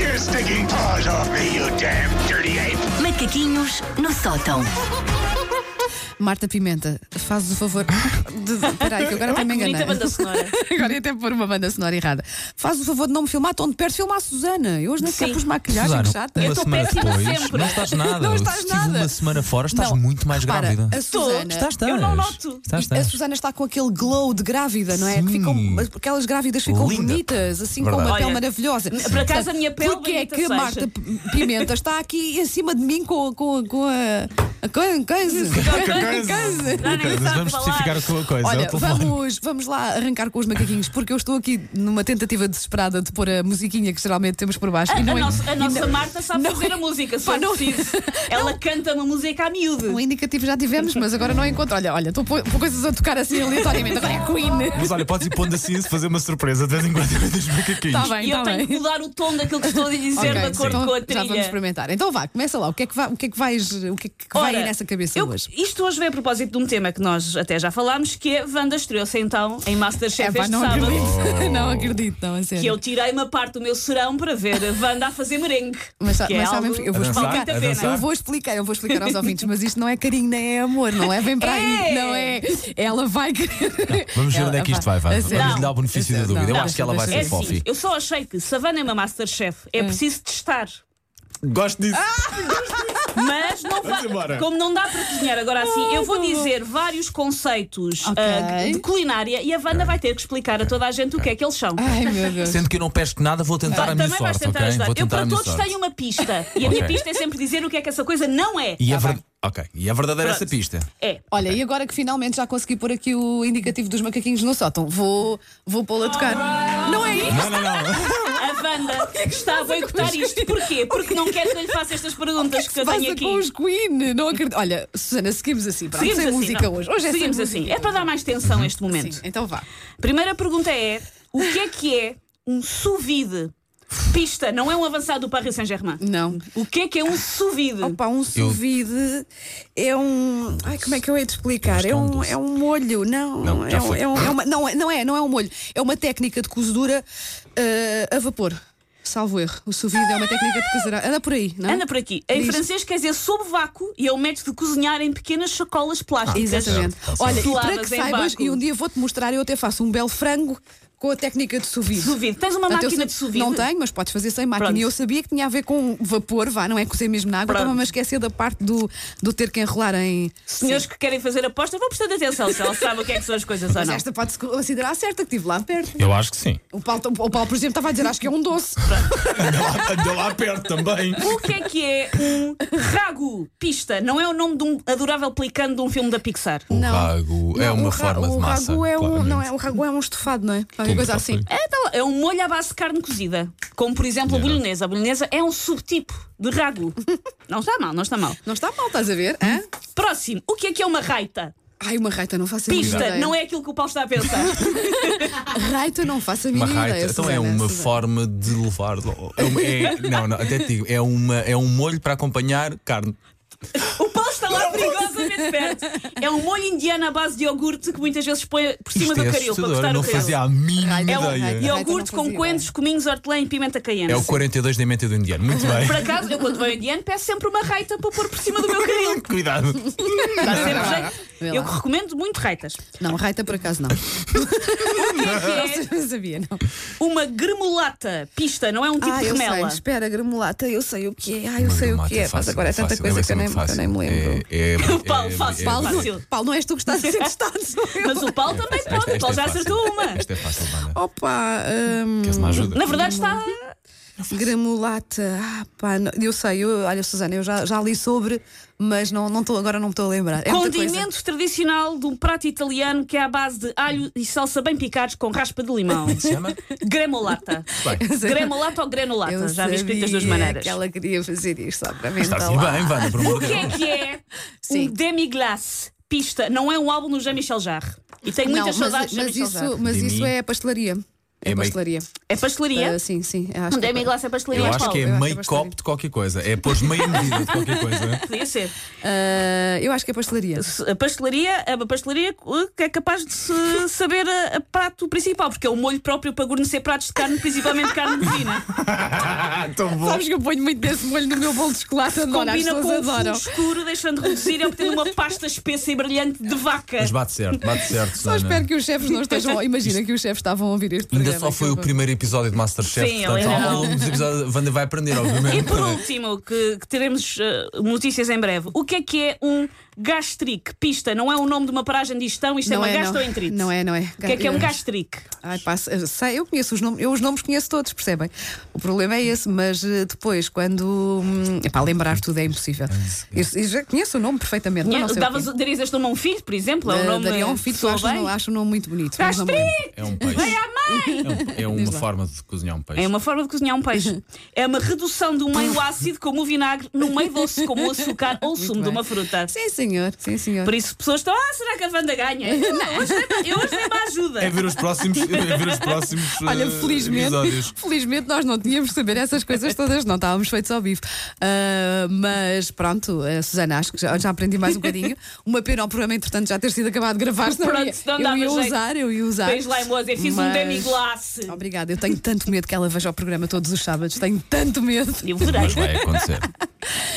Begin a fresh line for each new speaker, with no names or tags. your stinking paws off me, you damn dirty ape!
Macaquinhos no sótão.
Marta Pimenta, fazes o favor. de- Peraí, que agora até me enganei.
é Bonita banda sonora.
Agora ia até pôr uma banda sonora errada. Fazes o favor de não me filmar tão de perto, filma a Susana. Eu hoje nem sequer
Sim.
pus maquilhagem,
Susana,
que chata.
uma
tô
semana
péssima
depois,
sempre.
não estás nada.
Não estás
Se estive
nada.
uma semana fora, estás
Não,
muito mais
repara,
grávida.
A Susana,
Estás, estás.
Eu não noto.
Estás,
A
estás.
Susana está com aquele glow de grávida, não é? Que
Sim.
ficam, aquelas grávidas ficam
Linda.
bonitas, assim com
Verdade.
uma pele
Olha,
maravilhosa.
por acaso a minha pele
Porquê é
bendita
que a
seja.
Marta P- Pimenta está aqui em cima de mim com, com, com a. Com a coisa.
Não, nem
Mas
sabe
vamos
falar.
especificar com a coisa. é o
Olha,
telefone.
vamos, vamos lá arrancar com os macaquinhos, porque eu estou aqui numa tentativa desesperada de pôr a musiquinha que geralmente temos por baixo.
A,
e
a
não é-
nossa, a
e
nossa
não-
Marta sabe
não-
fazer a música, se
Pá,
for
não-
preciso. é. Ela canta uma música à miúde.
Um indicativo já tivemos, mas agora não encontro. Olha, olha, estou por coisas a tocar assim aleatoriamente. Agora é Queen.
Mas olha, podes ir pondo assim se fazer uma surpresa de vez em quando dos
Está
E
macaquinhos.
Tá bem,
eu
está
tenho que
bem.
mudar o tom daquilo que estou a dizer
Ok,
de acordo
então
com a
já vamos
trilha.
experimentar. Então vá, começa lá. O que é que, vai, o que, é que vais. O que é que vai aí nessa cabeça
eu-
hoje?
Isto hoje veio a propósito de um tema que nós até já falámos, que é Wanda estreou-se então em Masterchef
Epá,
este
É, não
sábado.
Oh.
acredito. Não acredito, não, a sério.
Que eu tirei uma parte do meu serão para ver a Wanda a fazer merengue.
Mas, sa-
que é
mas
algo
sabem, eu vou
A dançar,
explicar.
a
Vale muito a pena.
Eu vou explicar, eu vou explicar aos ouvintes, mas isto não é carinho nem é amor, não levem para aí.
É.
Não é. Ela vai querer.
Vamos ver
Ela
onde é que isto vai, Wanda.
a sério.
Vamos lhe dar
Não,
o benefício da
não,
dúvida. Eu
não,
acho que ela vai
deixa-
É
ser
deixa-
assim,
fofi.
eu só achei que Savana é uma Masterchef,
Hum.
é preciso testar.
Gosto disso.
Mas não
Vamos embora.
vai, como não dá para cozinhar agora assim, eu vou dizer vários conceitos
Ok.
ah, de culinária e a Wanda vai ter que explicar a toda a gente o que é que eles são.
Ai meu Deus.
Sendo que eu não pesco nada, vou tentar a Tá minha
Também vais
sorte,
tentar
ok?
ajudar.
Vou
eu
tentar a
para
minha
todos
sorte.
tenho uma pista. E a minha
Ok.
pista é sempre dizer o que é que essa coisa não é.
E a verdade. Ok, e a verdadeira é essa
Pronto.
pista.
É.
Olha, e agora que finalmente já consegui pôr aqui o indicativo dos macaquinhos no sótão, vou, vou pô-lo a tocar. Não é isto?
Não, não, não.
A Wanda
é
está a boicotar isto. Porquê? Porque não quer que eu lhe faça estas
é
perguntas que, eu tenho
Passa
aqui.
com os Queen. Não acredito. Olha, Susana, seguimos assim. Pronto, sem música
não.
hoje. Hoje é
seguimos
sem
assim.
música.
É para dar mais
Uhum.
tensão este momento.
Sim, então vá.
Primeira pergunta é: o que é que é um sous vide? Pista, não é um avançado do Paris Saint-Germain.
Não.
O que é que é um sous vide?
Opa, um sous vide é um. Ai, como é que eu hei de explicar?
que é
É
um
um,
doce.
é um molho, não.
Não, já
é um,
foi.
é um- é uma- não, é- não é, não é um molho.
É uma técnica de cozedura eh, a vapor. Salvo erro. O sous vide é uma técnica de cozedura. Anda por aí, não? é?
Anda por aqui. Em
Diz.
francês quer dizer sob vácuo e é o método de cozinhar em pequenas sacolas plásticas.
Ah, Exatamente.
Ah, tá Certo, está
Olha,
certo.
e para que
Suadas em
saibas,
vácuo.
e um dia vou-te mostrar, eu até faço um belo frango com a técnica de sous vide.
Sous vide. Tens uma
Portanto, eu
máquina
sei-
de sous vide?
Não tenho, mas podes fazer sem máquina.
Pronto.
E eu sabia que tinha a ver com vapor, vá, não é cozer mesmo na água.
Pronto.
Estava-me a esquecer da parte do, do ter que enrolar em.
Senhores que querem fazer aposta, vão prestando atenção se ela sabe o que é que são as coisas
Ah,
ou
Mas
não.
esta pode-se considerar certa, que estive lá perto.
Eu acho que sim.
O Paulo, o Paulo, por exemplo, estava a dizer, acho que é um doce.
Andou lá, andou lá perto também.
O que é que é um ragu? Pista, não é o nome de um adorável pelicano de um filme da Pixar.
O rago é
Não,
uma
o ra-
forma de
o
massa.
Ragu é um,
claramente.
não é, o ragu é um estofado, não é?
Qualquer coisa
Tumba,
assim.
É, tá lá. É um molho à base de carne cozida, como por exemplo a
Yeah.
bolonhesa. A bolonhesa é um subtipo de ragu. Não está mal, não está mal.
Não está mal, estás a ver? Hã?
Próximo, o que é que é uma raita?
Ai, uma raita, não faço a mínima
Pista,
ideia.
não é aquilo que o Paulo está a pensar.
Raita, não faço a
Uma
mínima
raita.
ideia.
Então é
né?
Susana,
uma
Susana.
forma de levar. É uma- é- não, não, até te digo, é, uma, é um molho para acompanhar carne.
O Paulo está lá perigosamente perto. É um molho indiano à base de iogurte que muitas vezes põe por cima
Isto
do caril,
é
para
assustador. Eu
cortar
não
o caril.
fazia a mínima
Raita,
É um
raita.
ideia.
iogurte
Não
com
fazia
coentros, cominhos, hortelã e pimenta caiena.
É o 42 da mente do indiano. Muito
Por
bem.
acaso, eu quando venho indiano peço sempre uma raita para pôr por cima do meu caril.
Cuidado.
Dá sempre jeito.
Vê lá.
Eu recomendo muito raitas.
Não, raita por acaso não.
Que
Tipo
é
Não sabia, não.
uma gremolata. Pista, não é um tipo
Ah,
de
eu sei,
remela.
espera, gremolata, eu sei o que é, ah, eu sei o
Mata,
que é, mas
fácil,
agora é tanta
fácil.
coisa
Deve
que
ser
eu nem,
muito
que eu nem me
fácil.
lembro.
É- é-
O Paulo
é-
fácil,
é-
Paulo.
é-
Fácil.
Paulo, não és tu que estás a ser testado, sou eu.
Mas o Paulo também
Esta-
pode.
esta
O Paulo
é
já
fácil.
acertou uma.
Esta é fácil, Wanda.
Opa, hum,
Queres uma ajuda?
Na
É
verdade está.
gramulata, ah, pá, não- eu sei, eu, olha, Susana, eu já, já li sobre, mas não, não tô, agora não me estou a lembrar. É muita coisa.
Condimento tradicional de um prato italiano que é à base de alho e salsa bem picados com raspa de limão.
Se chama?
Gremolata.
Bem.
Gremolata ou granulata?
Eu
Já vi escrito das duas
sabia
maneiras.
que ela queria fazer isto só para mim.
Estás
tá
assim
lá.
bem, Wanda, por amor
O
de
que é
Deus.
que é
Sim.
um demi-glace? Pista, não é um álbum no Jean-Michel Jarre. E tenho
Não,
muitas
mas,
saudades de
mas
Jean-Michel Jarre.
isso, mas
De
isso
mim.
é pastelaria.
É meio-
pastelaria.
É pastelaria?
Ah, sim, sim. eu Acho
Um
que
demi glace é pastelaria,
Eu
mas
acho
qual?
que é
Eu acho que é
meio copo
bastante.
de qualquer coisa. É pôs meia medida de qualquer coisa.
Podia ser.
Ah, eu acho que é pastelaria.
A pastelaria, a pastelaria uh, que é capaz de se saber a, a prato principal, porque é o molho próprio para gornecer pratos de carne, principalmente carne bovina.
Tão bom.
Sabes que eu ponho muito desse molho no meu bolo de chocolate, adoro, as
Combina
pessoas
com o fundo
adoram.
escuro, deixando reduzir e obtendo uma pasta espessa e brilhante de vaca.
Mas bate certo, bate certo.
Só espero que os chefes não estejam. Imagina que os chefes estavam a ouvir este programa.
Ainda só foi
que
o
eu-
primeiro episódio de Masterchef.
Sim,
portanto,
ele
ao
não.
longo dos episódios, a Wanda vai aprender, obviamente.
E por um último, que, que teremos eh, notícias em breve, o que é que é um gastric? Pista, não é o nome de uma paragem de digestão, isto
Não
é uma
é, não.
gastroenterite.
Não é, não é.
O que é que é um gastric?
Ai, pá, se- eu sei, eu conheço os nomes, eu os nomes conheço todos, percebem? O problema é esse, mas eh, depois, quando. hum, Epá, lembrar tudo é impossível. Eu, eu já conheço o nome perfeitamente. mas não sei o
Davas,
quê.
Eh, darias este nome a um filho, por exemplo? É um
Eh,
nome
daria um
que
filho que eu
soa
acho,
bem?
um- acho um nome muito bonito. mas não me lembro.
Gastric!
É um peixe.
Vai à mãe!
É, um- é uma forma de cozinhar um peixe.
É uma forma de cozinhar um peixe. É uma redução do meio ácido, como o vinagre, no meio doce, como o açúcar ou o sumo de
bem.
uma fruta.
Sim, senhor, sim, senhor.
Por isso, pessoas estão, ah, será que a Wanda ganha? Eu hoje dei- eu hoje dei uma ajuda.
É ver os próximos, é ver os próximos
Olha,
eh,
felizmente,
episódios.
felizmente nós não tínhamos de saber essas coisas todas, não estávamos feitos ao vivo. Ah, mas pronto, a Susana, acho que já, já aprendi mais um bocadinho. Uma pena ao programa, entretanto, já ter sido acabado de gravar, senão
Pronto,
eu ia-
senão
eu
dava
ia
jeito.
usar, eu ia usar.
Tens lá em Moza, eu fiz um
Mas-
demi-glace.
Obrigada, eu tenho tanto medo que ela veja o programa todos os sábados, tenho tanto medo.
Eu verei.
Mas vai acontecer.